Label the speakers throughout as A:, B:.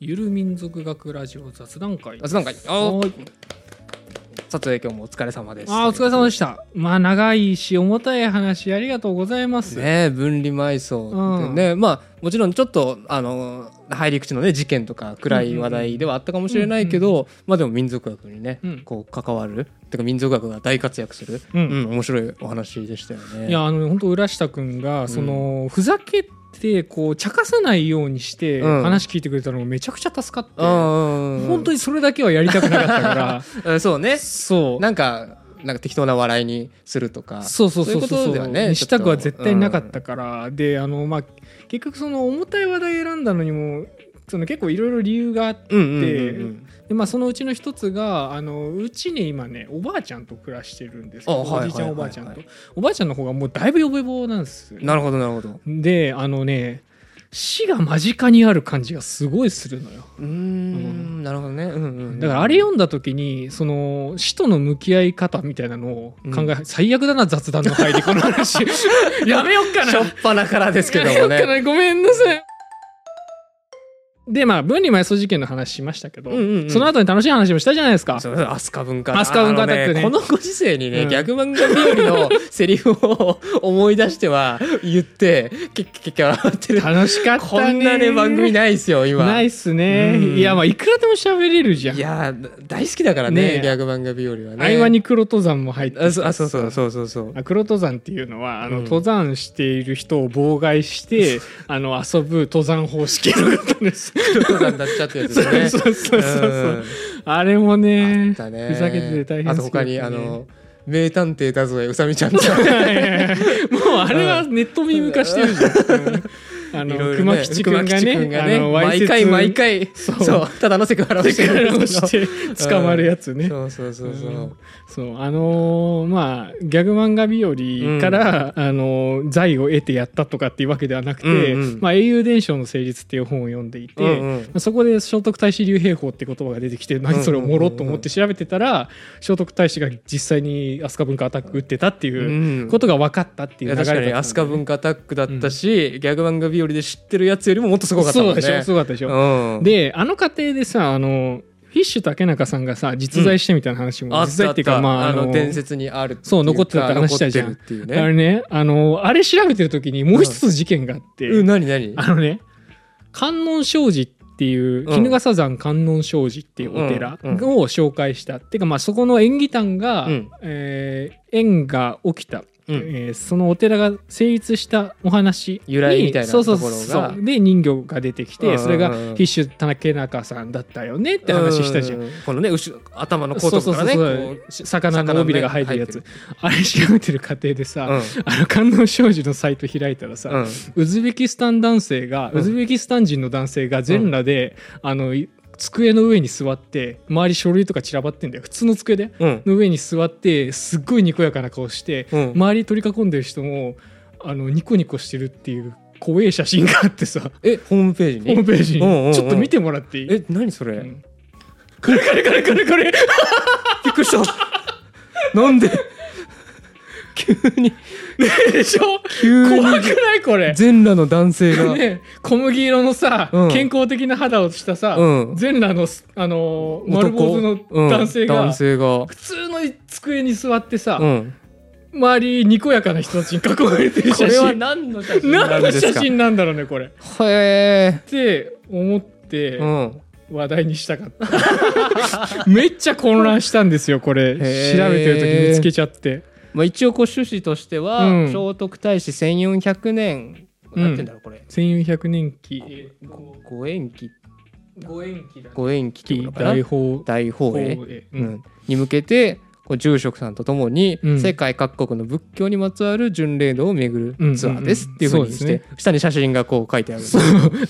A: ゆる民族学ラジオ雑談会
B: 雑談会あー
A: はーい
B: 撮影今日もお疲れ様です
A: あーお疲れ様でしたまあ長いし重たい話ありがとうございます、
B: ねえ分離埋葬ってね、まあもちろんちょっとあの入り口のね事件とか暗い話題ではあったかもしれないけど、まあでも民族学にね、
A: うん
B: こう関わるてか民族学が大活躍する、
A: う
B: うんん面白いお話でしたよね。
A: いやあの本当浦下君がその、ふざけてこう茶化さないようにして
B: うん
A: 話聞いてくれたのがめちゃくちゃ助かって、
B: うん
A: 本当にそれだけはやりたくなかったから
B: に そうね
A: そう
B: なんかなんか適当な笑いにするとか
A: そうそうそう
B: そういう
A: そ
B: こ
A: う
B: とではね
A: したくは絶対なかったから、であのまあ結局その重たい話題選んだのにもその結構いろいろ理由があって、
B: うんうんうんうん
A: でまあ、そのうちの一つがあのうちに今ねおばあちゃんと暮らしてるんですけど
B: あはい
A: おじいちゃん
B: は
A: おば
B: いはいはい
A: あちゃんとおばあちゃんの方がもうだいぶよぼよぼなんですよ
B: なるほどなるほど
A: であのね死が間近にある感じがすごいするのよ
B: うーんなるほどね、うんうん、
A: だからあれ読んだ時にその死との向き合い方みたいなのを考え、最悪だな雑談の入りこの 話 やめよっかな
B: しょっぱなからですけども
A: やめよっか
B: ね。
A: なごめんなさいでまあ分離埋葬事件の話しましたけど、
B: うんうんうん
A: その後に楽しい話もしたじゃないですか
B: そうアスカ文化
A: アスカ文化だってね
B: あのこのご時世にね、
A: うん
B: 逆漫画日和のセリフを思い出しては言ってキャッキャッキャッキャ笑ってる
A: 楽しかったね
B: こんなね番組ないですよ今
A: ないっ
B: い
A: すね、
B: うん
A: いやまあいくらでも喋れるじゃん
B: やー大好きだからね
A: ねえ
B: 逆漫画日和はね
A: 合間に黒登山も入って
B: あそあそうそうそうそうそう
A: あ黒登山っていうのはあの、
B: うん
A: 登山している人を妨害して あの遊ぶ登山方式のことです。
B: 黒さんだっちゃってやつですね
A: そうそうそうそう
B: うん
A: あれも
B: あ
A: ね
B: ったね
A: ふざけてて大変
B: あ
A: で
B: と
A: す
B: 他にあの名探偵だぞえうさみちゃんと
A: もうあれはネットミーム化してるじゃん。あ
B: いろい
A: の
B: ろ
A: 熊吉君が
B: 熊吉君
A: ね
B: が
A: あのわいせ
B: 毎
A: つ
B: 回毎回
A: そ
B: そううただのセクハラを
A: セ
B: して
A: クハ
B: る
A: ラ
B: ん
A: を
B: ですけど
A: して捕まるやつね。
B: そうそうそうそう、
A: うんそうあのーまあギャグ漫画日和から、あのー財を得てやったとかっていうわけではなくて「
B: うんうん
A: まあ、英雄伝承の成立」っていう本を読んでいて、
B: うんうん
A: まあそこで聖徳太子流兵法って言葉が出てきて何それをもろっと思って調べてたら、聖徳太子が実際に飛鳥文化アタック打ってたっていうことが分かったって
B: い
A: いう流
B: や
A: れだった
B: 確
A: んだ
B: か
A: よね
B: にアスカ文化アタックだったし、ギャグ漫画日和で知ってるやつよりももっとすごかったもん
A: そ
B: ね
A: うでしょすごかったでしょ、
B: うん、
A: であの過程でさあのフィッシュ竹中さんがさ実在してみたいな話も、
B: あ
A: 実在っていうか
B: った
A: まあ
B: あ
A: あの
B: の伝説にあるっていか
A: そう残ってたって話したじゃん
B: 残ってるっていう
A: あ
B: ね
A: れね、あの、あれ調べてる時にもう一つ事件があって、
B: うん何何
A: あのね、観音障子っていう、
B: うん
A: 衣笠山観音障子っていうお寺
B: うんうん
A: を紹介した。っていうか、まあそこの演技団が、
B: うん
A: えー縁が起きた、
B: うん
A: えーそのお寺が成立したお話に
B: 由来みたいな
A: そうそう
B: ところが
A: そうで人魚が出てき
B: うんう
A: て
B: んうん
A: それがフィッシュ竹中さんだったよねって話したじゃん
B: う。んこのね後ろ頭のコートからね
A: そうそう
B: こ
A: そう
B: う
A: そう魚の尾びれが生えてるやつ、あれ調べてる過程でさ、
B: うん
A: あの観音障子のサイト開いたらさ、
B: うん
A: ウズベキスタン男性が、
B: うん
A: ウズベキスタン人の男性が全裸で、あのい机の上に座って周り書類とか散らばってんだよ普通の机で
B: うん
A: の上に座ってすっごいにこやかな顔して、
B: うん
A: 周り取り囲んでる人もあのニコニコしてるっていう怖い写真があってさ
B: えホームページ
A: ホーム
B: に
A: ページ
B: うんうんう
A: に
B: ん
A: ちょっと見てもらっていい、
B: え何それ、
A: うんこれこれこれこれこれ
B: びっくりしたなんで急に
A: でしょ
B: 急に
A: 怖くないこれ
B: 全裸の男性が、
A: ね、小麦色のさ、
B: うん
A: 健康的な肌をしたさ、
B: うん
A: 全裸のす、あのー、丸
B: 男
A: 坊主の男性
B: うん
A: が、
B: 男性が
A: 普通の机に座ってさ、
B: うん、
A: 周りにこやかな人たちに囲まれてる
B: こ
A: 写
B: れは
A: 真。
B: 何の写真な
A: 何
B: ん
A: の
B: ですか
A: 写真なんだろうね、これ。っ
B: へ
A: て思っ
B: え、
A: て
B: うん、
A: 話題にしたかった。 めっちゃ混乱したんですよ、これ。調
B: へー
A: べてる時見つけちゃって。
B: まあ一応こう趣旨としては、
A: うん
B: 聖徳太子1400年、
A: うん
B: なんて言うんだろうこれ
A: 1400年期。
B: ご延期
A: ご縁期だ
B: ご延期っていうのかな
A: 大法。
B: 大法営、
A: うん
B: うんに向けてこう住職さんとともに、
A: うん
B: 世界各国の仏教にまつわる巡礼道を巡るツアーです、
A: うんうんうん
B: っていうふうにして、
A: そうで
B: 下に写真がこう書いてあるんです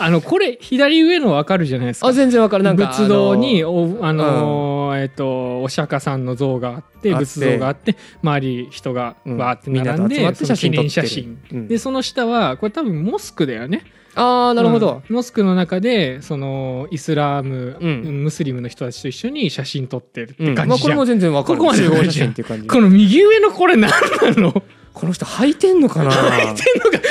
A: あのこれ左上のわかるじゃないですか。
B: あ全然わかるなんか
A: 仏道に
B: あ
A: おあのーえっとお釈迦さんの像があって
B: あって
A: 仏像があって周り人が
B: うん
A: わーって並ん
B: みんな
A: で
B: と集まって
A: その
B: 写
A: 記
B: 真撮って
A: 念
B: る
A: 写真
B: うん
A: でその下はこれ多分モスクだよね。
B: のあーなるほど、
A: うんモスクの中でそのイスラーム、
B: うん
A: ムスリムの人たちと一緒に写真撮ってるっ
B: う
A: て
B: ん
A: 感
B: まあ、
A: じじ
B: これ
A: ゃん。
B: も全然わかる
A: ここまで
B: 集
A: わか
B: 合
A: る
B: 写
A: じゃん
B: 真っていう感じ
A: この右上のこれ何なの
B: この人履いてんのかな
A: なんか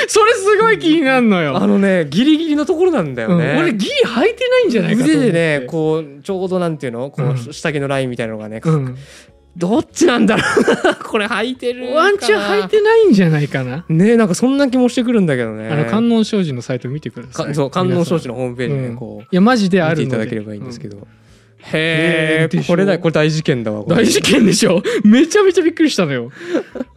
A: それすごい気になるのよ、
B: あのねギリギリのところなんだよね、
A: うん俺ギリ履いてないんじゃないかと思って
B: 腕でねこうちょうどなんていうのこ
A: うん
B: う下着のラインみたいなのがね、
A: うん
B: どっちなん だろうこれ履いてるかな
A: ワンチャン履いてないんじゃないかな、
B: ねなんかそんな気もしてくるんだけどね
A: あの観音商事のサイト見てくださ
B: か
A: い
B: そう観音商事
A: の
B: のホームページでね、
A: うん
B: こう
A: いやマジであ
B: 見
A: る
B: てい
A: ので
B: ただければいいんですけど、
A: へ
B: へ
A: ーで
B: え
A: しょ
B: これだこれ大事件だわこれ
A: 大事件でしょめちゃめちゃびっくりしたのよ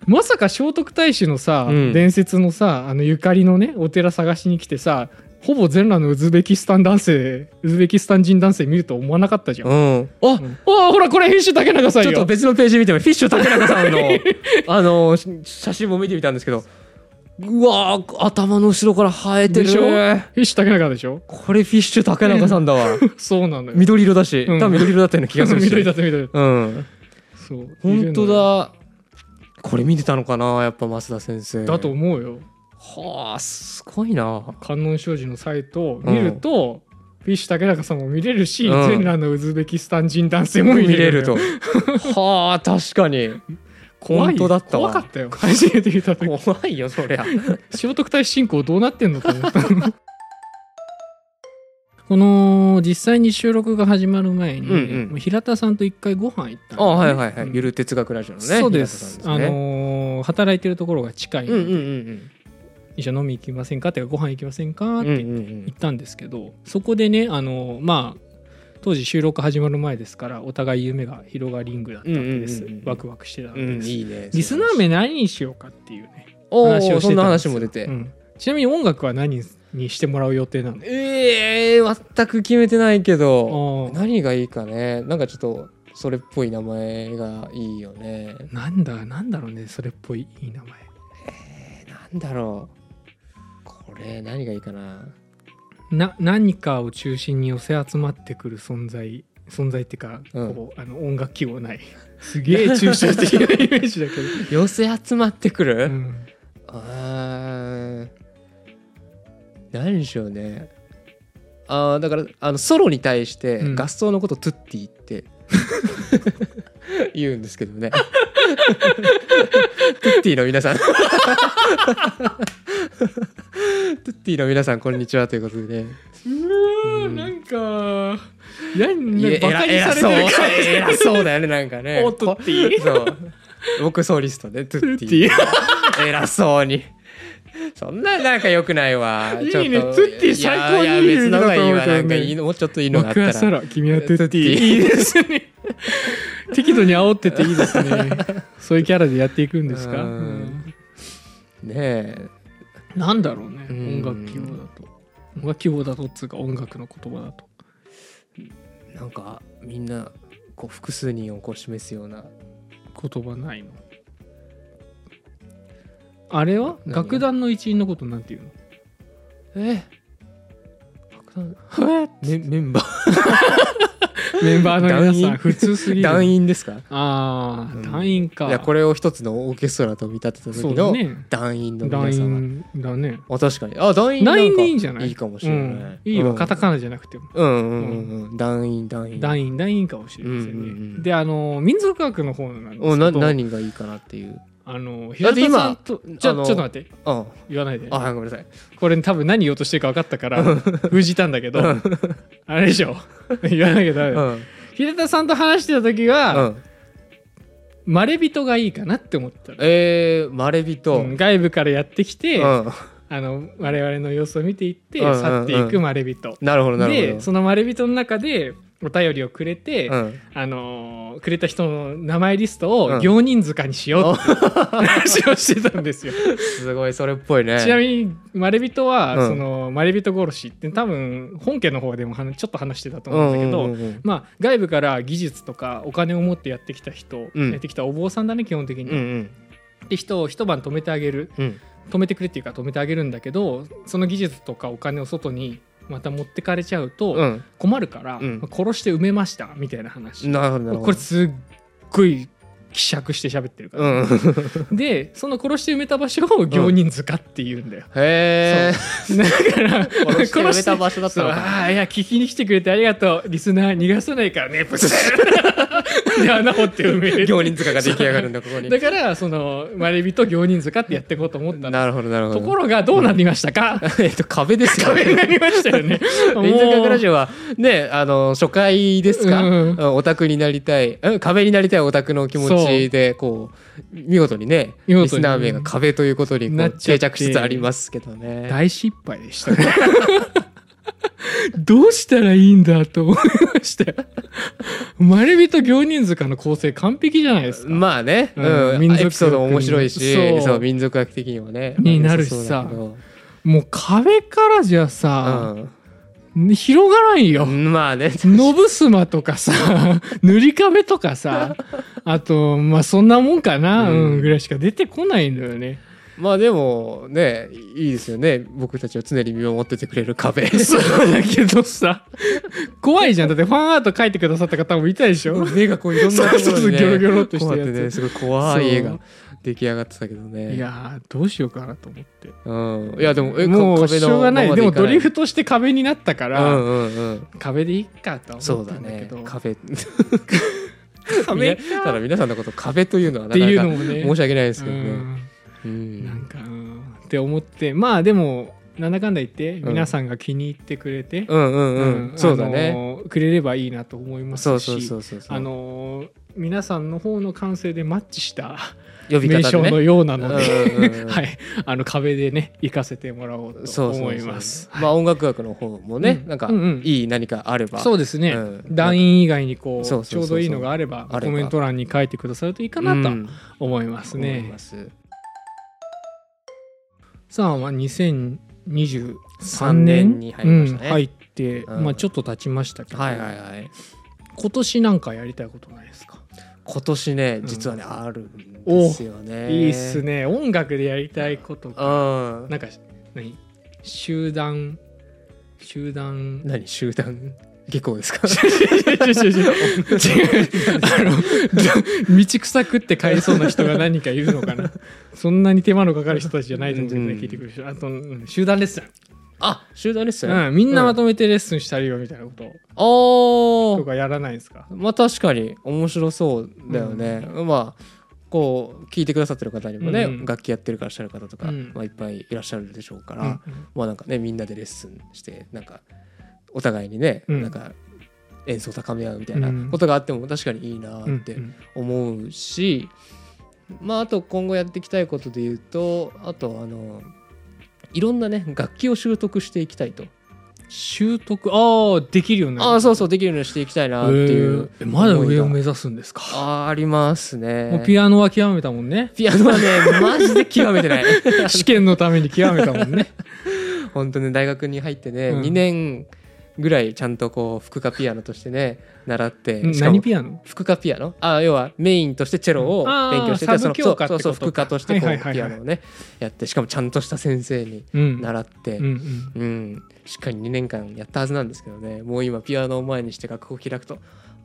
A: まさか聖徳太子のさ、
B: うん
A: 伝説のさあのゆかりのねお寺探しに来てさほぼ全裸のウズベキスタン男性ウズベキスタン人男性見ると思わなかったじゃん、あ
B: うんあ、
A: あほらこれ編集竹中さん
B: ちょ
A: よ
B: っと別のページ見てもフィッシュ竹中 さんのあのし写真も見てみたんですけどうわー頭の後ろから生えて
A: でしょ
B: る
A: 編集竹中でしょ
B: これフィッシュ竹中さんだわ
A: そうなのよ
B: 緑色だし、
A: うん
B: 多分緑色だったような気がするし
A: 緑だって緑だって
B: うん
A: そう
B: 本当
A: いるのよ
B: だこれ見てたのかなやっぱ増田先生
A: だと思うよ
B: はあすごいな
A: 観音商事のサイトを見ると、フィッシュ竹中さんも見れるし、
B: うん
A: 全裸のウズベキスタン人男性も
B: もう
A: 見れる
B: 見れ
A: の
B: る
A: よ
B: とはあ確かに
A: 怖い
B: 本当だったわ
A: 怖かったよ初めて見た時
B: 怖いよそりゃ
A: 聖徳太子信仰どうなってんのと思った この実際に収録が始まる前に、
B: うんうん
A: もう平田さんと一回ご飯行った
B: あ
A: のね
B: はいはいはい、
A: うん
B: ゆる哲学ラジオのね
A: そうです
B: 平田さ
A: あ
B: んね
A: のー働いてるところが近いの
B: うん
A: で、
B: うんうん
A: 一緒に飲み行きませんかってご飯行きませんか
B: う
A: っ
B: ん
A: て
B: うんうん
A: 行ったんですけど、そこでねあのまあ当時収録始まる前ですからお互い夢が広がりングだったわけです、
B: うんうんうんうん
A: ワクワクしてたわけ
B: うん
A: で
B: うん
A: す、
B: いいね
A: リスナー名何にしようかっていうね
B: おー
A: 話をしてたんですよ
B: そんな話も出て、
A: うんちなみに音楽は何にしてもらう予定なの
B: ええ全く決めてないけど
A: ああ
B: 何がいいかねなんかちょっとそれっぽい名前がいいよね
A: なんだなんだろうねそれっぽいいい名前
B: なんだろうこれ何がいいかな
A: な何かを中心に寄せ集まってくる存在存在っていうか、
B: うん
A: こうあの音楽器はないすげえ抽象的なイメージだけ ど、
B: 寄せ集まってくる、
A: うん
B: あー何でしょうねあーだからあのソロに対して
A: うん
B: 合奏のことトゥッティって言うんですけど ねトゥッティの皆さんトゥッティの皆さんこんにちはということでね
A: うわ
B: うん
A: ーなんか何
B: いや
A: ねバカにされてる感じ
B: 偉そう偉そうだよねなんか ね
A: おトゥッティ
B: こそう僕ソリストでトゥッティ
A: トゥッ
B: 偉そうにそんななんか良くないわ
A: いいね
B: ちょっと
A: トゥッティ最高にいい
B: やや別の方がいい
A: 意味だ
B: わ
A: と思うけ
B: な
A: どね
B: んかいいのもうちょっといいのがあ
A: 僕
B: った
A: は
B: ら
A: サラ君はトゥッティ
B: トゥッティ
A: いいですね適度に煽ってていいです ねそういうキャラでやっていくんですか、
B: うん
A: うん
B: ねえ
A: なんだろうね、
B: うん
A: 音楽記号だと音楽記号だとっつうか音楽の言葉だと
B: なんかみんなこう複数人をこう示すような
A: 言葉ないのあれは
B: 何が
A: 楽団の一員のことなん ていうの
B: えメメンバ
A: メンバーの皆
B: 団
A: さ
B: 員
A: ん普通すぎる
B: ー団員ですか
A: ああ、
B: うん
A: 団員か
B: いやこれを一つのオーケストラと見立てた
A: そ
B: 時
A: うだ
B: の
A: ね
B: 団員の皆
A: 団
B: 様
A: 員だね
B: あ確かにあ団員なん
A: 団員
B: か
A: でいいんじゃない
B: いいかもしれない、
A: うんいいわ、カタ
B: ナ
A: カナじゃなくても
B: うんうんうんうん団員団員
A: 団員団員かもしれませんね、
B: うんうんうん
A: であの民族学の方なんですけ
B: お
A: ど
B: な何がいいかなっていう
A: あの
B: だ
A: 平
B: って
A: 田さん
B: 今
A: とちょ
B: あの
A: ちょっと待って
B: あ
A: 言わないで
B: あごめんなさい
A: これ多分何言おうとしてるか分かった から封じたんだけどあれでしょ言わなきゃダメ
B: う
A: だよ
B: ん
A: 平田さんと話してた時
B: う
A: は、
B: ん
A: まれびとがいいかなって思ったの
B: えー、まれびと、う
A: うん
B: ん
A: 外部からやってきて、あの我々の様子を見ていって、
B: うんうんうん
A: 去っていくまれびと
B: なるほどなる
A: で
B: ほど
A: そのまれびとの中でお便りをくれて、
B: うん、
A: あのーくれた人の名前リスト
B: う
A: を
B: ん
A: 行人塚にしようっていう話をしてたんです よ。
B: すごいそれっぽいね
A: ちなみにまれびとは、
B: うん
A: そのまれびと殺しって多分本家の方でも話ちょっと話してたと思うんだけど、
B: うんうんうん
A: まあ、外部から技術とかお金を持ってやってきた人、
B: うん
A: やってきたお坊さんだね基本的に、
B: うんうん
A: で人を一晩止めてあげる
B: うん
A: 止めてくれっていうか止めてあげるんだけどその技術とかお金を外にまた持ってかれちゃう
B: う
A: と
B: ん
A: 困るから、
B: うん
A: まあ殺して埋めましたみたいな話、
B: なるほどなるほど
A: これすっごい希釈して喋ってるから、
B: うん、
A: でその殺して埋めた場所を行人塚って言うんだよ、
B: へえ
A: だから
B: 殺して埋めた場所だ った
A: そう
B: のか
A: ああいや聞きに来てくれてありがとうリスナー逃がさないからね プスッで穴掘って埋める
B: 行人塚が出来上がるんだこ こに
A: だからその「まれびと行人塚」ってやっていこうと思ったの
B: なるほどなるほど
A: ところがどうなりました か、
B: えっと壁ですよ
A: 壁になりました よねもう
B: 臨時学ラジオはねあの初回ですか、
A: うん
B: オタクになりたいうん壁になりたいオタクの気持ちでこう見事にね
A: 見事に
B: リスナー名が壁ということにこう
A: なっちゃ
B: 定
A: って
B: 着しつつありますけどね。
A: 大失敗でした ねどうしたらいいんだと思いましたよまれびと行人塚の構成完璧じゃないですか
B: まあね、う
A: うん
B: ん
A: 民族
B: エピソードも面白いし
A: そう
B: そう民族学的にもね
A: になるしさもう壁からじゃ
B: 良さ
A: さ、
B: そうだけど
A: 広がらんよ、
B: うん、まあね
A: ノブスマとかさ、塗り壁とかさ、あと、まあそんなもんかな、う
B: うん
A: ん、ぐらいしか出てこないのよね。
B: まあでもねいいですよね僕たちを常に見守っててくれる 壁
A: そうだけどさ、怖いじゃん。だってファンアート書いてくださった方もいたでしょ
B: 目がこういろんなとこ
A: そうそ
B: ろ
A: うそう
B: に、ね、
A: ギョロギョロっとしたやつ
B: こうやってねすごい怖い絵
A: そ
B: が
A: う
B: 出来上がってたけどね
A: いやー、どうしようかなと思って。
B: うん、いやでもえ
A: もう、しょうがない。でもドリ
B: ト
A: フトして壁になったか
B: う
A: ら、
B: んうんうん
A: 壁でいいかとは
B: そ
A: 思
B: う
A: った
B: だ
A: んだけ
B: ね
A: ど。
B: 壁
A: 壁
B: みなただ皆さんのこと壁というのは
A: っ
B: な
A: て
B: か
A: いうの
B: なか
A: もね。
B: 申し訳ないですけど
A: う
B: ね
A: ん
B: う
A: なんんかうんって思ってまあでもなんだかんだ言って
B: うん
A: 皆さんが気に入ってくれて、
B: うんうんうんそうだ
A: あ
B: ね
A: のくれればいいなと思いますし
B: そうそうそうそうそう
A: あの皆さんの方の感性でマッチした
B: 呼び
A: 名
B: 方
A: 称
B: で
A: の
B: ね
A: ようなので、
B: うんうん うん
A: はい、あの壁でね行かせてもらおうと
B: そうそうそう
A: 思います。
B: まあ音楽学の方もね
A: うん
B: なんか
A: うんうん
B: いい何かあれば
A: そうですね、
B: うん
A: 団員以外にこう
B: そうそうそうそう
A: ちょうどいいのがあれば
B: あれ
A: コ
B: ば
A: メント欄に書いてくださるといいか
B: か
A: なと思
B: 思い
A: いますね。
B: ます
A: さあ、まあ、2023
B: 3
A: 年
B: 年に入りましたね
A: うん入って、
B: うん
A: まあ、ちょっと経ちましたけど、
B: はいはいはい
A: 今年なんかやりたいことないですか、
B: 今年ね
A: うん
B: 実はねあるんですよね
A: いいっすね音楽でやりたいこと
B: う
A: が
B: ん
A: なんか何集団集団
B: 何集団下校ですか
A: 違う違う違う違うあの道草食って帰りそうな人が何かいるのか なそんなに手間のかかる人たちじゃないと思うけどね
B: うん
A: 聞いてくる人あとうん集団レッスン、
B: あ集団ですよ
A: うん、みんなまとめてレッスンしたりよみたいなこと
B: あー
A: とかやらないんですか
B: まあ確かに面白そうだよね、まあこう聞いてくださってる方にもね、
A: うんうん
B: 楽器やってるからっしゃる方とか、
A: うん
B: まあ、いっぱいいらっしゃるでしょうから、
A: うん
B: まあなんかねみんなでレッスンしてなんかお互いにね、
A: うん
B: なんか演奏高め合うみたいな
A: うん
B: ことがあっても確かにいいな
A: うん
B: って思うし、まああと今後やっていきたいことで言うとあとあのいろんなね楽器を習得していきたいと、
A: 習得ああできるようにな
B: あ
A: る
B: あそうそうできるようにしていきたいなっていう、
A: へーえまだ上を目指すんですか
B: あーありますね
A: もうピアノは極めたもん ね
B: ピアノはね、マジで極め てない。
A: 試験のために極めたもん ね
B: 本当ね、大学に入ってね、
A: うん
B: 2年ぐらいちゃんとこう、副科ピアノとしてね、習って、
A: うん
B: しかも
A: 何ピアノ
B: 副科ピアノあ要はメインとしてチェロを
A: あー
B: 勉強してて、
A: サブ
B: その
A: 教科
B: そうそう
A: って
B: そ
A: こと
B: う副
A: か
B: 科としてこ
A: はいはいはいはい
B: うピアノをねやってしかもちゃんとした先生に
A: うん
B: 習って、
A: うん うん
B: うん、しっかり2年間やったはずなんですけどねもう今ピアノを前にして楽譜を開くと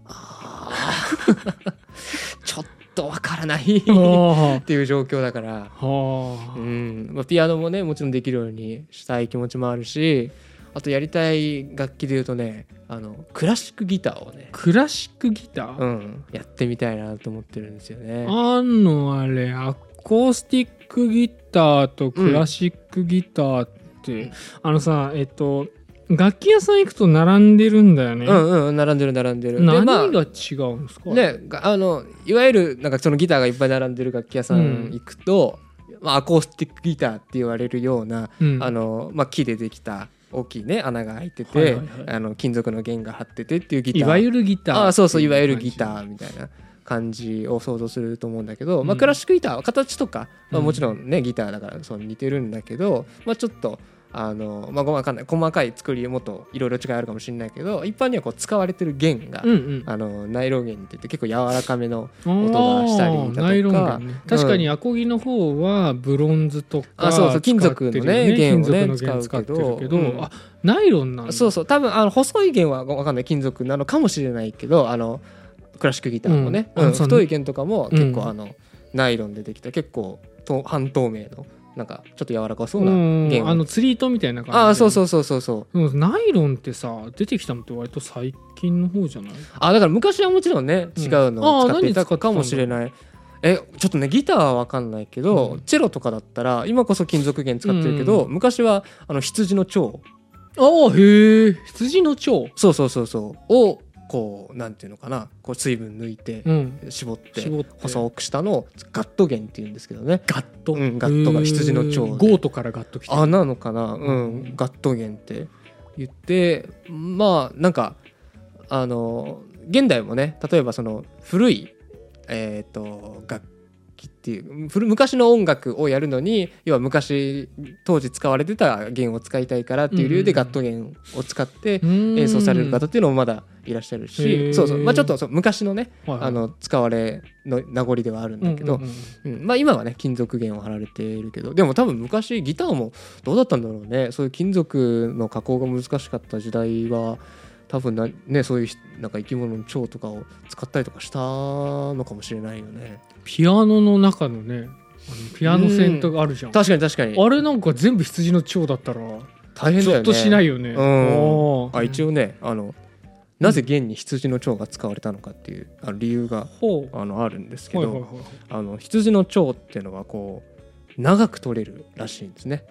B: あー ちょっとわからないっ
A: あ
B: ていう状況だから
A: あは
B: う
A: あ
B: んまあ、ピアノもねもちろんできるようにしたい気持ちもあるしあとやりたい楽器でいうとねあのクラシックギターをね、
A: クラシックギタ
B: う
A: ー
B: ん、やってみたいなと思ってるんですよね。
A: あんのあれアコースティックギターとクラシックギターってあのさえっと楽器屋さん行くと並んでるんだよね
B: うんうん並んでる並んでる。
A: 何
B: まあ
A: が違うんですか
B: ね、があのいわゆるなんかそのギターがいっぱい並んでる楽器屋さん行くと、まあ、アコースティックギターって言われるような、
A: うん
B: あのまあ、木でできた大きいね穴が開いてて、
A: はいはいはい
B: あの金属の弦が張っててっていうギター
A: いわゆるギター
B: ああそうそういわゆるギタ
A: ー
B: ーみたいな感じを想像すると思うんだけど、
A: うん
B: まあ、クラシックギターは形とか、まあ、
A: うん
B: もちろんねギターだからそう似てるんだけど、まあ、ちょっと。あのまあ、ごめんわかんない細かい作りもっといろいろ違いあるかもしれないけど一般にはこう使われてる弦が、
A: うんうん
B: あのナイロン弦って言って結構柔らかめの
A: 音
B: 音がしたりだとか
A: ナイロン弦ね
B: うん
A: 確かにアコギの方はブロンズとか
B: あそうそう金属の
A: 使
B: ね
A: ってるよ
B: 弦を
A: 金
B: ね
A: 属の弦使って
B: 使
A: る
B: う
A: け
B: け
A: ど、
B: ど
A: あナイロンなんだ
B: そうそう多分あの細い弦はわかんない金属なのかもしれないけどあのクラシックギターもね、
A: うん
B: うん
A: あそうね
B: 太い弦とかも結
A: う
B: 構
A: ん
B: あの、ナイロンでできた結構と半透明のなんかちょっと柔らかそう
A: う
B: な弦
A: ん
B: を
A: あの釣り糸みたいな感じ
B: ああそうそううそうそうそう
A: でもナイロンってさ出てきたのって割と最近の方じゃない
B: あだから昔はもちろんね
A: うん
B: 違うのを
A: あー
B: 使っていた
A: 何使ってたんだ
B: かもしれない、えちょっとねギターは分かんないけど、
A: うん
B: チェロとかだったら今こそ金属弦使ってるけど、昔はあの羊の腸
A: ああへえ羊の腸
B: そうそうそうそうをこうなんていうのかなこう水分抜いて、
A: うん
B: 絞って
A: 絞って
B: 細くしたのをガット弦っていうんですけどね
A: ガット、
B: うんガットが羊の腸で
A: へーゴートからガットきて
B: あなのかなう
A: うん
B: んガット弦って言ってまあなんかあの現代もね例えばその古いえっ、と楽器っていう古昔の音楽をやるのに要は昔当時使われてた弦を使いたいからっていう理由で
A: うんうん
B: ガット弦を使って
A: 演
B: 演奏される方っていうのもまだいらっしゃる
A: へ
B: し
A: ー
B: そうそうまあちょっとそう昔のねあ
A: あ
B: の使われの名残ではあるんだけど、うんまあ今はね金属弦を貼られているけどでも多分昔ギターもどうだったんだろうねそういう金属の加工が難しかった時代は多分なねそういうひなんか生き物の腸とかを使ったりとかしたのかもしれないよね
A: ピアノの中のねあのピアノ線とかあるじゃん、
B: 確かに確かに
A: あれなんか全部羊の腸だったら
B: 大変だ
A: ゾ
B: よ
A: ッ
B: ね
A: としないよね
B: ん
A: あー
B: あ一応ねあのなぜ弦に羊の腸が使われたのかっていうあの理由が
A: ほう
B: あのあるんですけ
A: は
B: ど、
A: いはいはい
B: あの羊の腸っていうのはこう長く取れるらしいんですね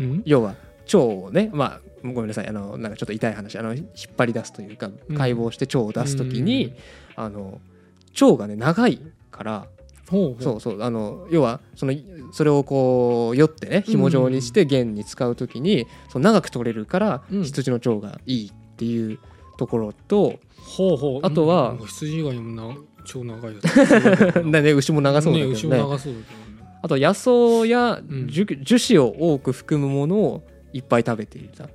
A: うん
B: 要は腸をねまあごめんなさいあのなんかちょっと痛い話あの引っ張り出すというか
A: うん
B: 解剖して腸を出す時
A: うん
B: に、あの腸がね長いから、
A: ほうほう
B: そうそうあの要はそのそれをこう酔ってね紐状にして弦に使う時に、その長く取れるから
A: うん
B: 羊の腸がいいっていうところと、
A: ほうほう
B: あとは
A: うん羊以外にもな超長いや つ
B: だね牛も長そうだけど
A: ね
B: ね
A: 牛も長そうだけどね
B: あと野草や
A: ん
B: 樹,、樹脂を多く含むものをいっぱい食べていた、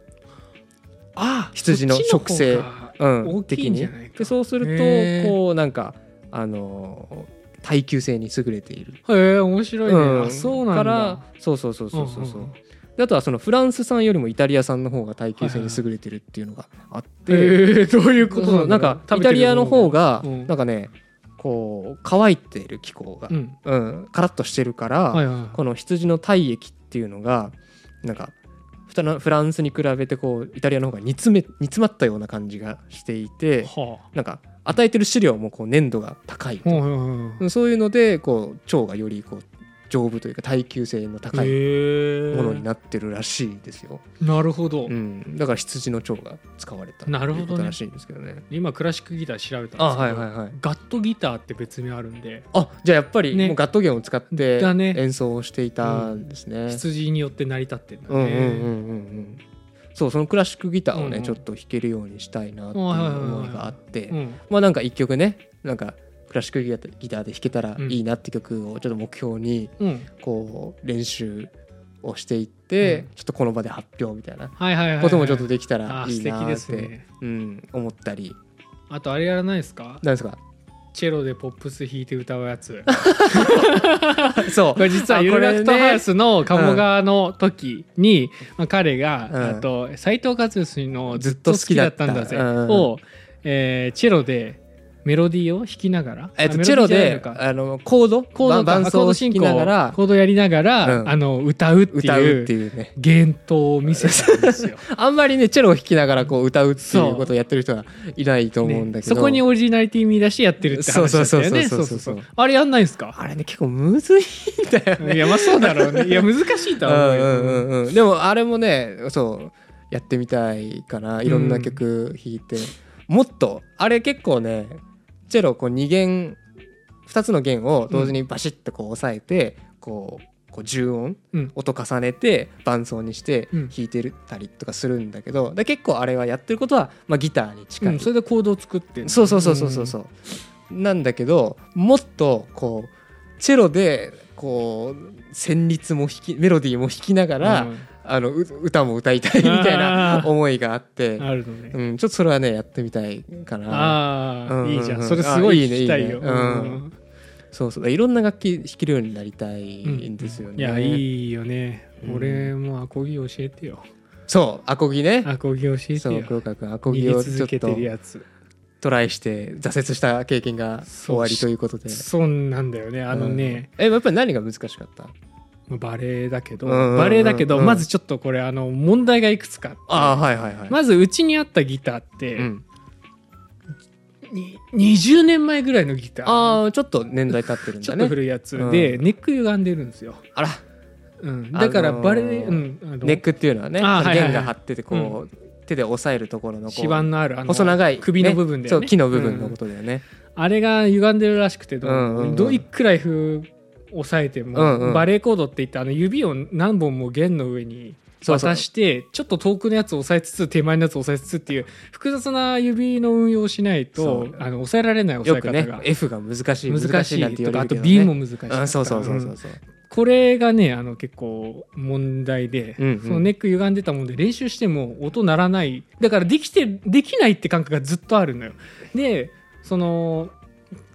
A: あ
B: 羊の植生うん、
A: 大きいんじゃないか
B: 的にでそうする
A: へー
B: とこうなんかあのー耐久性に優れている、
A: へえ面白いね、
B: うん
A: あそうなんだ
B: からそうそうそうそうそうそ
A: う
B: う、
A: んうんうん
B: であとはそのフランス産よりもイタリア産の方が耐久性に優れてるっていうのがあって、
A: えー、どういうこ
B: そう
A: と
B: そうなんかイタリアの方
A: が、う
B: が
A: ん
B: なんかねこう乾いている気候が
A: う、ん、
B: うん、カラッとしてるから、
A: はいはいはい
B: この羊の体液っていうのがなんかふたなフランスに比べてこうイタリアの方が煮詰め煮詰まったような感じがしていて
A: はあ
B: なんか与えてる飼料もこう粘度が高いと
A: はいはいはい
B: そういうのでこう腸がよりこう丈夫というか耐久性の高い
A: へえ
B: ものになってるらしいですよ、
A: なるほど、
B: うん、だから羊の腸が使われた
A: なるほどね
B: ということらしいんですけどね
A: 今クラシックギター調べたんですけど
B: あはいはいはい
A: ガットギターって別名あるんで
B: あじゃあやっぱり
A: ね
B: もうガット弦を使って
A: だね
B: 演奏をしていたんですね
A: 羊によって成り立ってんだね、
B: うんうんうんうんうんそうそのクラシックギターをね、
A: うんうん
B: ちょっと弾けるようにしたいなっていう思いがあって、
A: うん
B: まあなんか一曲ねなんかクラシックギターギターで弾けたらいいなって曲をちょっと目標に
A: うん
B: こう練習をしていって、
A: うん
B: ちょっとこの場で発表みたいな
A: はいはいはい、はい、
B: こともちょっとできたら
A: あ
B: いい
A: 素敵
B: な
A: で
B: っ
A: す
B: て、
A: ね
B: うん、思ったり
A: あとあれやらないですか
B: な んですか
A: チェロでポップス弾いて歌うやつ
B: そう
A: これ実は
B: あ
A: ゆ
B: こ
A: る
B: れ
A: が
B: ね
A: くとハウスの鴨川の時に、まあ、彼
B: うん
A: が、あと斎藤和義の「ず
B: ず
A: っ
B: っ
A: と
B: と
A: 好
B: 好
A: き
B: き
A: だ
B: だ
A: っ
B: ったた
A: んだぜ」
B: うん
A: を、えーチェロでメロディーを弾きながら、
B: えっ
A: あ
B: と
A: メ
B: チェロ
A: ディーじゃないの
B: で
A: か
B: あのコード
A: コードか
B: 伴奏
A: コード
B: を
A: 進
B: 弾
A: 行
B: きながら
A: コードやりながら、
B: うん
A: あの歌うって
B: 歌う
A: い
B: って
A: う
B: いうね
A: 幻灯を見せたん ですよ。
B: あんまりねチェロを弾きながらこう歌うっていうことをやってる人はいないと思うんだ
A: ね
B: けど、
A: そこにオリジナリティ見出してやってるって話だったよね。
B: そうそうそうそうそう
A: あれやんないんすか
B: あれね結構むずいんだよね。
A: いやまあそうだろうね。いや難しいと
B: う
A: は思う
B: ん
A: よ。
B: うんうんうん、でもあれもねそうやってみたいかないろんな曲弾いて、もっとあれ結構ねチェロこう2弦2つの弦を同時にバシッとこう押さえて、こうこう重音
A: うん
B: 音重ねて伴奏にして
A: うん
B: 弾いてるたりとかするんだけど、で結構あれはやってることは、まあ、ギターに近い、
A: うんそれでコードを作ってんの
B: そうそうそうそうそうそうなんだけどもっとこうチェロでこう旋律も弾きメロディーも弾きなが
A: うん
B: ら、
A: うん
B: あのう歌も歌いたいみたい
A: あ
B: な
A: ー
B: 思いがあって
A: あるのね。
B: うん、ちょっとそれはねやってみたいかな
A: ああ、
B: うん
A: いいじゃん。
B: うん
A: それすごい聞きたい
B: あい
A: よ。
B: いねいいねうんそうそういろんな楽器弾けるようになりたい
A: うん
B: んですよね、
A: いやいいよね。
B: うん
A: 俺もアコギ教えてよ。
B: そうアコギね
A: アコギ教え
B: そ
A: て
B: う
A: よ。
B: 黒川君アコ
A: 逃
B: ギ
A: げ
B: をちょ
A: 続
B: っ
A: け
B: と
A: てるやつ。
B: トライして挫折した経験が終わりということで
A: そうなんだよねあのね、
B: うんえやっぱり何が難しかった
A: まあバレエだけど、
B: うんうんうんうん
A: バレエだけどまずちょっとこれあの問題がいくつかあって
B: ああはいはいはい、
A: まずうちにあったギターって、
B: うん、
A: に20年前ぐらいのギター
B: ああちょっと年代経ってるん
A: ち
B: だ
A: ょっと
B: ね
A: 古いやつで、
B: う
A: ネック歪んでるんですよ、
B: あら
A: うん、だから
B: あのー
A: バレエ、うん、あの
B: ネックっていうのはね
A: あーはいはいはい
B: 弦が張っててこう、手で押さえるところのこう
A: 指板のあるあの
B: 細長い
A: 首の部分で、ね
B: ねそう木の部分のことだよね、
A: あれが歪んでるらしくてど,、
B: うんうんうん
A: どいくらい風押さえても、
B: うんうん
A: バレーコードって言ってあの指を何本も弦の上に
B: そうそう
A: 渡してちょっと遠くのやつを押さえつつ手前のやつを押さえつつっていう複雑な指の運用をしないと
B: そう
A: あの押さえられない押
B: よ
A: さ
B: く
A: え方
B: ね
A: が
B: F が難しい
A: 難し
B: なん
A: い
B: て
A: と
B: 言
A: か
B: わ
A: あと
B: れるけど、ね、
A: B も難しいと
B: う
A: か
B: んそうそうそうそ
A: うん
B: うそう、
A: これがねあの結構問題で、
B: うんうん
A: そのネック歪んでたもんで練習しても音鳴らないだからできてできないって感覚がずっとあるのよでその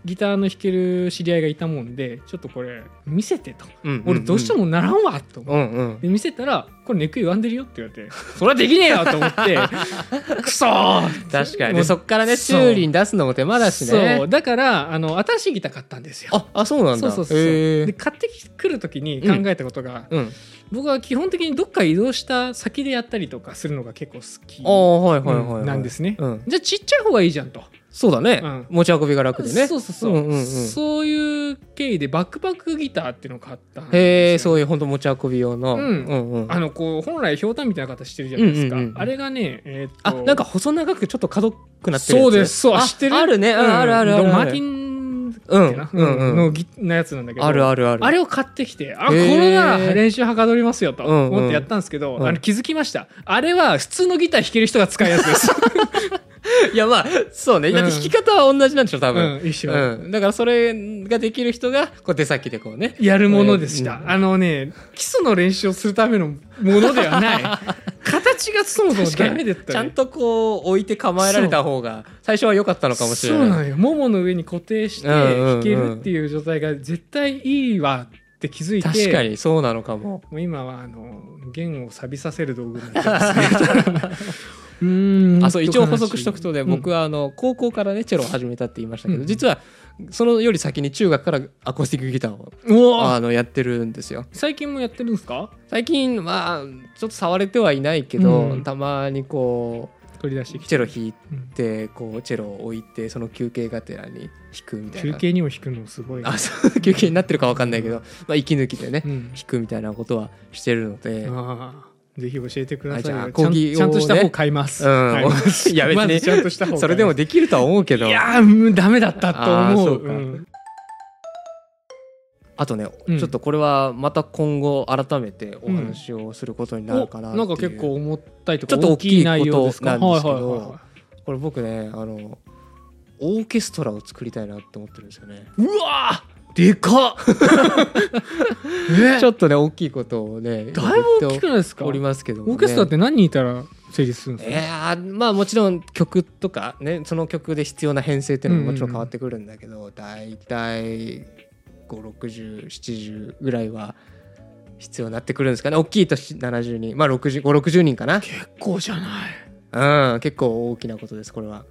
A: ギターの弾ける知り合いがいたもんでちょっとこれ見せてと
B: うんんん
A: 俺どうしても鳴らんわと思って
B: うんうん
A: で見せたら「これネック歪んでるよ」って言われて「それはできねえよ!」と思って くそー
B: 確かに
A: も
B: で
A: う
B: そっからね
A: そう
B: 修理に出すのも手間だしね
A: そうだからあの新しいギター買ったんですよ
B: ああそうなん
A: そ
B: だ
A: うそうそう、
B: へー
A: で買ってくる時に考えたことが、
B: うん
A: 僕は基本的にどっか移動した先でやったりとかするのが結構
B: あ
A: 好
B: あはい
A: き
B: はいはいはい、
A: なんですね。
B: うん、
A: じゃあちっちゃい方がいいじゃんと。
B: そうだね、
A: うん
B: 持ち運びが楽でね
A: そうそうそう,、
B: うんうんうん
A: そういう経緯でバックパックギターっていうのを買ったんですよ
B: へえそういう本当持ち運び用の、
A: うん
B: うんうん、
A: あのこう本来ひょうたんみたいな形してるじゃないですか。
B: うんうんうん
A: あれがね、えーっと
B: あなんか細長くちょっと角くなってるやつ
A: そうですそう
B: あ
A: 知ってる
B: あるね、うん
A: うん
B: あるあるあ
A: ド
B: る
A: マーテ
B: ン
A: ィンだっ
B: うん
A: けな、
B: うんうん
A: のギなやつなんだけど
B: あるあるある
A: あれを買ってきてあこ
B: へー
A: れなら練習はかどりますよと
B: うんうん
A: 思ってやったんですけど、
B: うん
A: あの気づきましたあれは普通のギター弾ける人が使うやつです、
B: いやまあそうねだって弾き方は同じなんでしょ 多分、
A: うん、一緒、
B: うん、だからそれができる人がこう手先でこうね
A: やるものでした、
B: うん
A: あのね基礎の練習をするためのものでは ない形がそもそもダメだった、ね、
B: ちゃんとこう置いて構えられた方が最初は良かったのかもしれない
A: そうなのよももの上に固定して
B: うんうんうん
A: 弾けるっていう状態が絶対いいわって気づいて
B: 確かにそうなのかも
A: もう今はあの弦を錆びさせる道具になって ますね うーん
B: あそう一応補足しとくとね、
A: うん
B: 僕はあの高校からねチェロを始めたって言いましたけど、
A: うん
B: 実はそのより先に中学からアコースティックギターを
A: うわ
B: あのやってるんですよ
A: 最近もやってるんですか
B: 最近まあちょっと触れてはいないけど、
A: うん
B: たまにこ
A: 取り出して
B: う
A: きて、
B: チェロ弾い
A: うん
B: てこうチェロを置いてその休憩がてらに弾くみたい
A: 休
B: な
A: 憩にも弾くのすごいね
B: あそう 休憩になってるかわかんないけど、まあ、息抜きでね、
A: うん
B: 弾くみたいなことはしてるので、
A: ああぜひ教えてください
B: あじゃ
A: よ
B: あ
A: ちゃ
B: 講
A: ん
B: 義をね
A: ちゃんとした方買います、
B: うん
A: はい
B: い や別に
A: まずちゃんとした方買います
B: それでもできるとは思うけど
A: いやーうんダメだったと
B: あー
A: 思
B: そううか
A: うん
B: あとね、
A: うん
B: ちょっとこれはまた今後改めてお話をすることになるかなってい
A: な
B: う、
A: んか結構重たいとか
B: ちょっと大きい
A: 内容ですか
B: ことなんですけど
A: はいはいはいは
B: これ僕ねあのオーケストラを作りたいなって思ってるんですよね。
A: いうわーで かっえ
B: ちょっとね大きいことをね
A: だいぶ大きく
B: な
A: ないですか
B: おりますけども、ね、
A: オーケストラって何人いたら成立するんです
B: い
A: か、
B: やーまあもちろん曲とかねその曲で必要な編成っていうのももちろん変わってくるんだけど、大体56070ぐらいは必要になってくるんですかね大きいと70人まあ560人かな
A: 結構じゃない
B: うん結構大きなことですこれは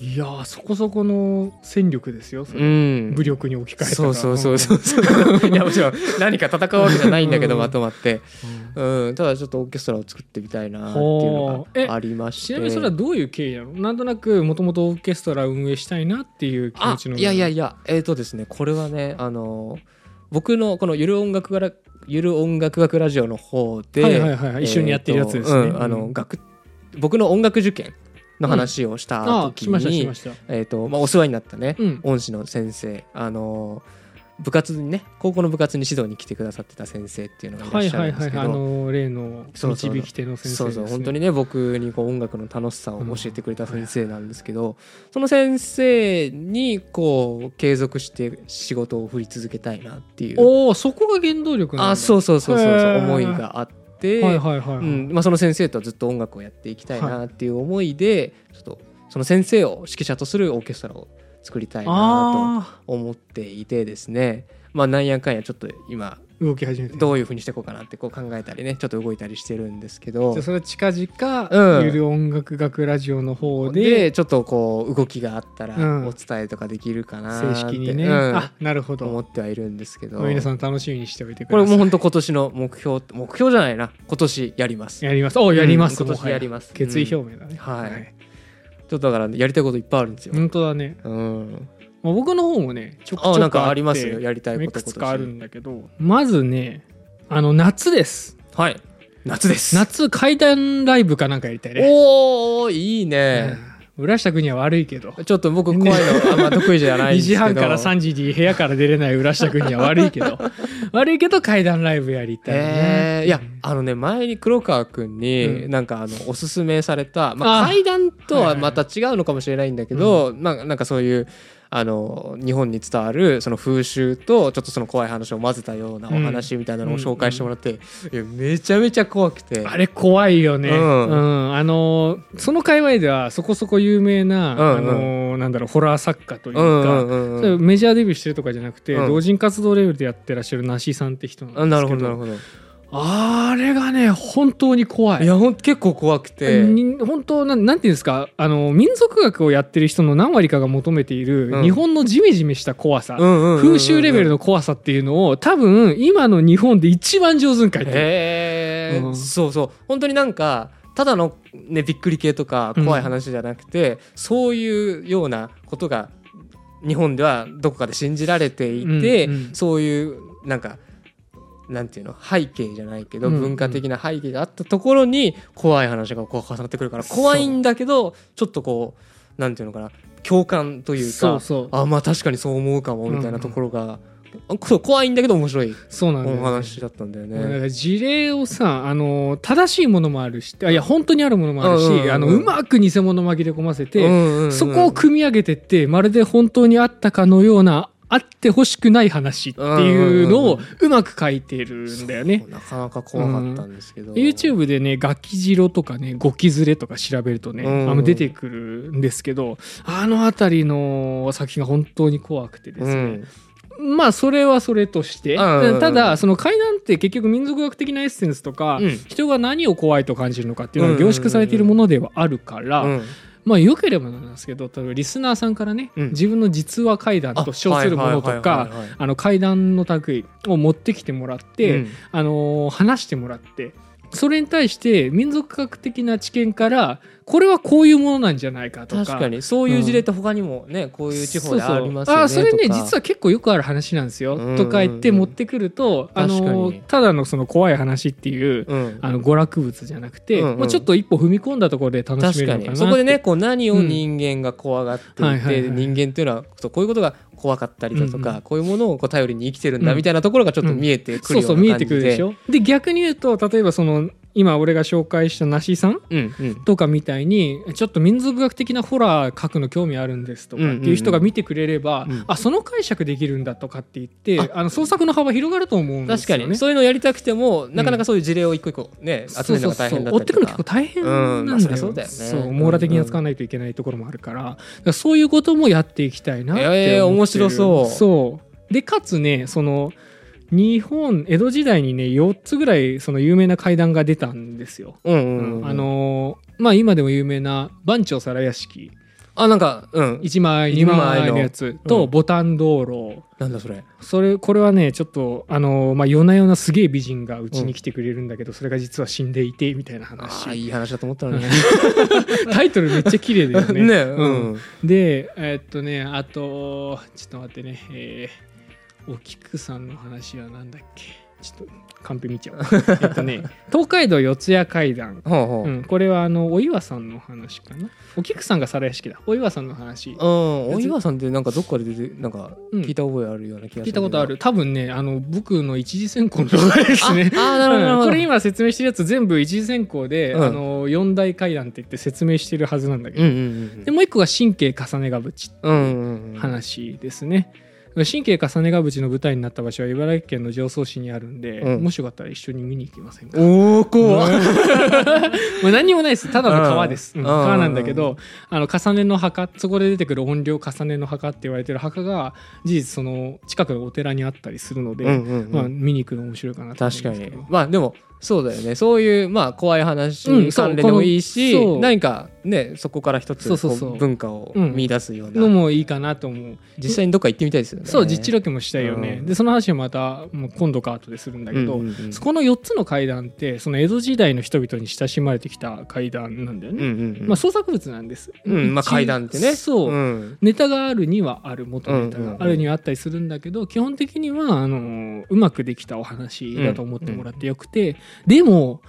B: い
A: やーそこそこの戦力ですよ、それ
B: うん
A: 武力に置き換えたら
B: そうそうそうそうそういやもちろん何か戦うわけじゃないんだけど
A: うん
B: まとまって、
A: うん
B: うん、ただちょっとオーケストラを作ってみたいなっていうの
A: ほうえ
B: がありまして
A: ちなみにそれはどういう経緯なのなんとなくもともとオーケストラを運営したいなっていう気持
B: あ
A: ちの
B: いやいやいやえっ、とですねこれはねあの僕のこのゆる音楽からゆる音楽学ラジオの方で、
A: はいはいはいはい一緒にやってるやつですね
B: えーとうんあの
A: うん
B: 学僕の音楽受験の話をした
A: あ
B: 時
A: しました
B: に、
A: しました
B: えーとまあ、お世話になったね、
A: うん
B: 恩師の先生あの部活にね高校の部活に指導に来てくださってた先生っていうのがいら
A: は
B: っ
A: い
B: しゃ
A: は
B: る
A: い
B: ん
A: は
B: です
A: い
B: け
A: あ
B: ど。
A: の例の
B: そうそう
A: 導き手の先生
B: そう
A: です、
B: そ
A: ね、
B: う本当にね僕にこう音楽の楽しさを教えてくれた先生なんですけど、その先生にこう継続して仕事を振り続けたいなっていう
A: おおそこが原動力なんだ
B: あそうそうそうそう
A: へ
B: そう
A: ー
B: 思いがあって、
A: はいはいはい、
B: うんまあ、その先生とはずっと音楽をやっていきたいなっていう思いで、ちょっとその先生を指揮者とするオーケストラを作りたいなと
A: ああ
B: 思っていてですねまあなんやかんやちょっと今
A: ー動き始めてる
B: どういうふうにしていこうかなってこう考えたりねちょっと動いたりしてるんですけど
A: じゃあそれは近々、
B: うん
A: ゆる音楽学ラジオの方
B: で
A: で
B: ちょっとこう動きがあったら
A: うん
B: お伝えとかできるかなーっ
A: 正
B: て
A: 式にね、
B: うん
A: あなるほど
B: 思ってはいるんですけど
A: 皆さん楽しみにしておいてく
B: これ
A: ださい
B: もう本当今年の目標目標じゃないな今年やります
A: やりますおやります、
B: うん今年
A: もは
B: やります
A: 決意表明だね、
B: はいちょっとだからねやりたいこといっぱいあるんですよ。
A: 本当だね、
B: うん。
A: まあ、僕の方もねちょくちょ
B: あ
A: く
B: なんかあります
A: っ
B: よ
A: て
B: やりたいこと
A: いくつかあるんだけどまずねあの夏です
B: 今年はい。夏です。
A: 夏怪談ライブかなんかやりたいね
B: おーいいね。
A: うん浦下君には悪いけど
B: ちょっと僕怖いのあんま得意じゃないん
A: 2
B: ですけ
A: 時
B: ど。
A: 半から3時に部屋から出れない浦下君には悪いけ ど悪いけど怪談ライブやりたいね、
B: えーいやあのね前に黒川君
A: う
B: に
A: ん
B: なんかあのおすすめされた、まあ、
A: あー
B: 階段と
A: はい
B: は
A: はい
B: また違うのかもしれないんだけど、まあ、なんかそういうあの日本に伝わるその風習とちょっとその怖い話を混ぜたようなお話みたいなのを紹介してもらって、いやめちゃめちゃ怖くて。
A: あれ怖いよね、う
B: うんん
A: あのーその界隈ではそこそこ有名な、
B: うんうん
A: あのーなんだろうホラー作家というか、
B: うんうんうん
A: それメジャーデビューしてるとかじゃなくて、
B: うん
A: 同人活動レベルでやってらっしゃるナシさんって人なんですけど
B: あなるほどなるほど
A: あれがね本当に怖い
B: いやほん結構怖くて、
A: に本当なんなんていうんですかあの民俗学をやってる人の何割かが求めている、
B: うん
A: 日本のジメジメした怖さ、
B: うんうんうんうん
A: 風習レベルの怖さっていうのを多分今の日本で一番上手に書いてる。
B: へえ、
A: うん
B: そうそう本当になんかただの、ね、びっくり系とか怖い話じゃなくて、そういうようなことが日本ではどこかで信じられていて、
A: うんうん
B: そういうなんかなんていうの背景じゃないけど、
A: うんうん
B: 文化的な背景があったところに怖い話がこう重なってくるから怖いんだけどちょっとこうなんていうのかな共感というか
A: そうそう
B: あまあ確かにそう思うかもみたいなところが、あそう怖いんだけど面白い
A: そうなんだよ
B: お
A: ね
B: 話だったんだよね。
A: だから事例をさあの正しいものもあるしあいや本当にあるものもあるし、う
B: うんうんうん
A: あのうまく偽物紛れ込ませて、
B: うんうんうん
A: そこを組み上げてってまるで本当にあったかのようなあってほしくない話っていうの
B: う
A: を
B: ん
A: うまく書いてるんだよね。
B: なかなか怖かったんですけど、
A: YouTube でね「ガキジロ」とかね「ゴキズレ」とか調べるとね、
B: うん
A: あの出てくるんですけどあの辺りの作品が本当に怖くてです
B: う
A: ね、
B: ん
A: まあそれはそれとして、
B: うんうんうん
A: ただその怪談って結局民族学的なエッセンスとか、
B: うん
A: 人が何を怖いと感じるのかっていうの
B: う
A: が
B: んうんうん
A: 凝
B: うん
A: 縮されているものではあるから、
B: うん
A: まあよければなんですけど例えばリスナーさんからね、
B: うん
A: 自分の実話怪談と称するものと
B: あはいはいはいはい
A: か
B: はい
A: あの怪談の類を持ってきてもらって、
B: うん
A: あのー話してもらって。それに対して民族学的な知見からこれはこういうものなんじゃないかとか
B: 確かにそういう事例って他にもね、こういう地方でありますよね
A: そうそうあそれね実
B: は
A: は結構よくある話なんですよ、
B: うん
A: とか言って持ってくるとあ
B: 確か
A: の
B: に
A: ただのその怖い話っていう、
B: うん
A: あの娯楽物じゃなくて、
B: うんうん
A: もうちょっと一歩踏み込んだところで楽しめる
B: 確か
A: のかなって
B: にそこでねこう何を人間が怖がっていて、
A: うんはいはいはい
B: 人間っていうのはそうこういうことが怖かったりだとか、
A: うんう
B: こういうものをこう頼りに生きてるんだ
A: うん
B: みたいなところがちょっと見えてく
A: そ
B: る
A: う
B: よ
A: そうう見
B: な
A: え
B: 感じ
A: て
B: で、
A: くるでしょで逆に言うと例えばその今俺が紹介した梨井さん
B: うんうん
A: とかみたいにちょっと民族学的なホラー書くの興味あるんですとかっていう人が見てくれれば、
B: うんうんうん
A: あその解釈できるんだとかって言ってあ
B: あ
A: の創作の幅広がると思うんです
B: 確
A: よ
B: か
A: ね。
B: にそういうのやりたくても、なかなかそういう事例を一個一個ね集めるのが大変
A: そうそうそ
B: だったりとか
A: う追ってくの結構大変なんだよ,、
B: うんまあそりゃそうだよね
A: そう網羅的に扱わないといけないところもあるから,、そういうこともやっていきたいなって思ってる
B: えー面白そう
A: そうでかつねその日本江戸時代にね4つぐらいその有名な階段が出たんですよ、
B: うんうんうん
A: あのーまあ今でも有名な番町皿屋敷
B: あなんかうん
A: 1枚2
B: 二枚の
A: 枚のやつと
B: うん
A: ボタン道路、
B: なんだそれ
A: それこれはねちょっとあのーまあ夜な夜なすげえ美人がうちに来てくれるんだけど、それが実は死んでいてみたいな
B: あ
A: 話
B: ーいい話だと思ったの にね。
A: タイトルめっちゃ綺麗だよね。
B: ね
A: うん
B: うん
A: で、えーっとね、あと、ちょっと待ってね、えーお菊さんの話はなんだっけ、ちょっとカンペ見 ちゃおう。えっとね、東海道四谷階段。
B: ほうほう。
A: うん、これはあのお岩さんの話かな。お菊さんが皿屋敷だ。お岩さんの話。
B: うん、お岩さんってなんかどっかで出てなんか
A: うん
B: 聞いた覚えあるような気がする、
A: 聞いたことある。多分ね、あの僕の一次選考の動画ですね。
B: ああーなるほどなる
A: うん
B: ほ
A: こ
B: ど。
A: れ今説明してるやつ全部一次選考で、
B: うん
A: あの4大階段って言って説明してるはずなんだけど、
B: うんうんうん
A: でもう一個が神経重ねがぶち
B: うんうんうん。
A: 話ですね。神経重ねが淵の舞台になった場所は茨城県の常総市にあるんで、
B: うん
A: もしよかったら一緒に見に行きませんか
B: おお怖い
A: もう何にもないですただの川です、
B: う
A: う
B: ん
A: ん
B: うん
A: 川なんだけどあの重ねの墓そこで出てくる音量重ねの墓って言われてる墓が事実その近くのお寺にあったりするので、
B: うんうんうん
A: まあ、見に行くの面白いかなと思うん
B: 確か
A: ですけ
B: に
A: ど
B: まあでもそうだよねそういうまあ怖い話
A: うんそう
B: 関連でもいいし、
A: このそう
B: 何かねそこから一つ
A: そうそうそう
B: こう文化を
A: うん
B: 見出すような、
A: のもいいかなと思う
B: 実際にどっか行ってみたいですよね
A: そう実地ロケもしたいよね、
B: うん
A: でその話をまたもう今度か後でするんだけど、
B: うんうんうん
A: そこの4つの階段ってその江戸時代の人々に親しまれてきた階段なんだよ
B: うん
A: ね、
B: うんうん
A: まあ、創作物なんです、
B: うんまあ
A: 一応
B: 階段ってね
A: そう、
B: うん
A: ネタがあるにはある元ネタ
B: うんうんう
A: があ
B: ん
A: るにはあったりするんだけど、基本的にはあのうまくできたお話だと思ってもらってよくて、でも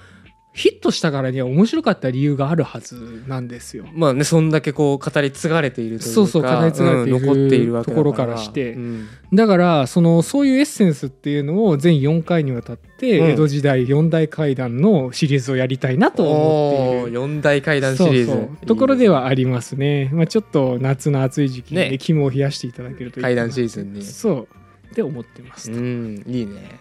A: ヒットしたからには面白かった理由があるはずなんですよ。
B: まあねそんだけこう語り継がれているというか
A: そうそう語り継がれている
B: うん残っているわけだ
A: ところからして
B: うん
A: だからそのそういうエッセンスっていうのを全4回にわたって
B: うん
A: 江戸時代4大怪談のシリーズをやりたいなと思っている。
B: 4大階段シリーズ
A: そうそうところではありますね、まあ、ちょっと夏の暑い時期にね
B: ね
A: 肝を冷やしていただけるといいかな
B: 階段シーズンに
A: そうって思ってますと、
B: うんいいね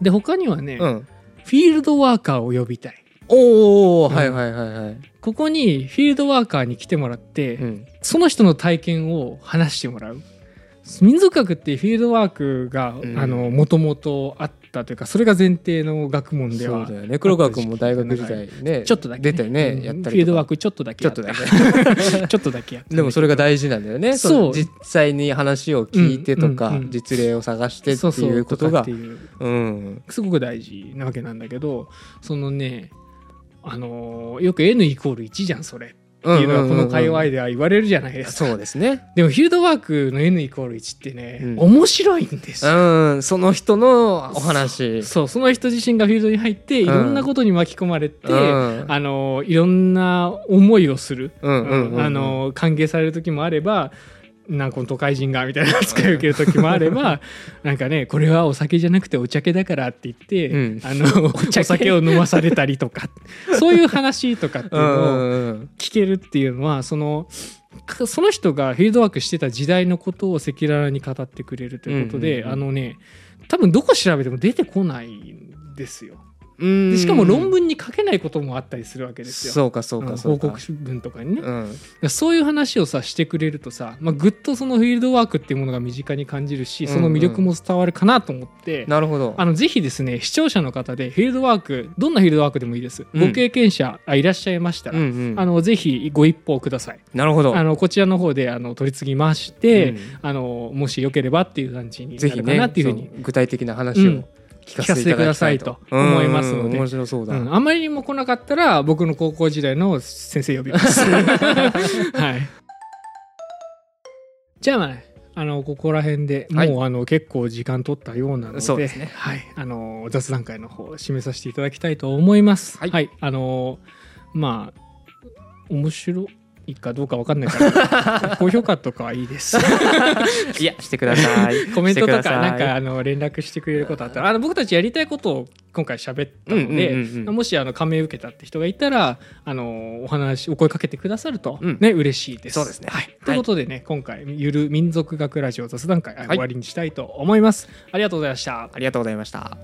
A: で他にはね、
B: うん
A: フィールドワーカーを呼びたい
B: おおはいはいはいはい
A: ここにフィールドワーカーに来てもらって、
B: うん
A: その人の体験を話してもらう民族学ってフィールドワークが
B: うん
A: もともとあったというかそれが前提の学問で
B: そう
A: は
B: だよね黒川君も大学時代ね
A: ちょっとだけ、
B: 出てね
A: うん
B: やったりとか
A: フィールドワークちょっとだけ
B: ちょ
A: や
B: っ
A: った
B: とだけ
A: ちょっとだけやった
B: でもそれが大事なんだよね
A: そう
B: の実際に話を聞いてとか、
A: うんうんうん
B: 実例を探してって
A: そうそう
B: いうことが
A: とかっていう
B: うん
A: すごく大事なわけなんだけどそのねあのーよく N イコール1じゃんそれっていうのがこの界隈
B: で
A: では言われるじゃないですか
B: そうですね
A: でもフィールドワークの N イコール1ってね、
B: うん
A: 面白いんです
B: う
A: よ、
B: んその人のお話
A: そうその人自身がフィールドに入っていろんなことに巻き込まれて、
B: うん
A: あのいろんな思いをする、
B: うんうんうんうん
A: あの歓迎される時もあればなんかこの都会人がみたいな扱いを受ける時もあれ ば、なんかねこれはお酒じゃなくてお茶けだからって言って、
B: うん
A: あ のお酒を飲まされたりとかそういう話とかっていう
B: うんう
A: のを
B: んうん
A: 聞けるっていうのはそのかその人がフィールドワークしてた時代のことを赤裸々に語ってくれるということで、
B: うんうんうん
A: あのね多分どこ調べても出てこないんですよ
B: うん
A: でしかも論文に書けないこともあったりするわけですよ。
B: そうかそう
A: うん
B: かそう
A: 報
B: か
A: 告文とかにね、だか
B: うん
A: らそういう話をさしてくれるとさ、まあ、ぐっとそのフィールドワークっていうものが身近に感じるしその魅力も伝わるかなと思って、
B: なるほど
A: あのぜひですね視聴者の方でフィールドワークどんなフィールドワークでもいいです、
B: うん
A: ご経験者あいらっしゃいましたら、
B: うんうん
A: あのぜひご一報ください。
B: なるほど
A: あのこちらの方であの取り次ぎまして、
B: うん
A: あのもしよければっていう感じにな
B: ぜひ
A: るかな
B: ね
A: っていうふうに、
B: そう具体的な話
A: う
B: を
A: ん
B: 聞かせていただきたい
A: 聞かせて
B: と
A: くださいと思いますので
B: うん面白そうだ
A: うんあまりにも来なかったら僕の高校時代の先生呼び ます。はい、じゃあまああのここら辺でもう、
B: はい
A: あの結構時間取ったようなので
B: そうですね
A: はい、あの雑談会の方を締めさせていただきたいと思います。
B: はい
A: あのまあ面白いかどうかわかんない から高評価とかはいいです。
B: いやしてください
A: コメントと
B: して
A: か
B: ください
A: なんかあの連絡してくれることあったらあの僕たちやりたいことを今回喋った
B: うん
A: の
B: うんう
A: で、
B: んうん
A: もしあの加盟受けたって人がいたらあのお話お声かけてくださると、
B: うん
A: ね嬉しいです。
B: そうですね
A: はい、ということでね、今回ゆる民族学ラジオ雑談会、
B: い
A: 終わりにしたいと思います。ありがとうございました。
B: ありがとうございました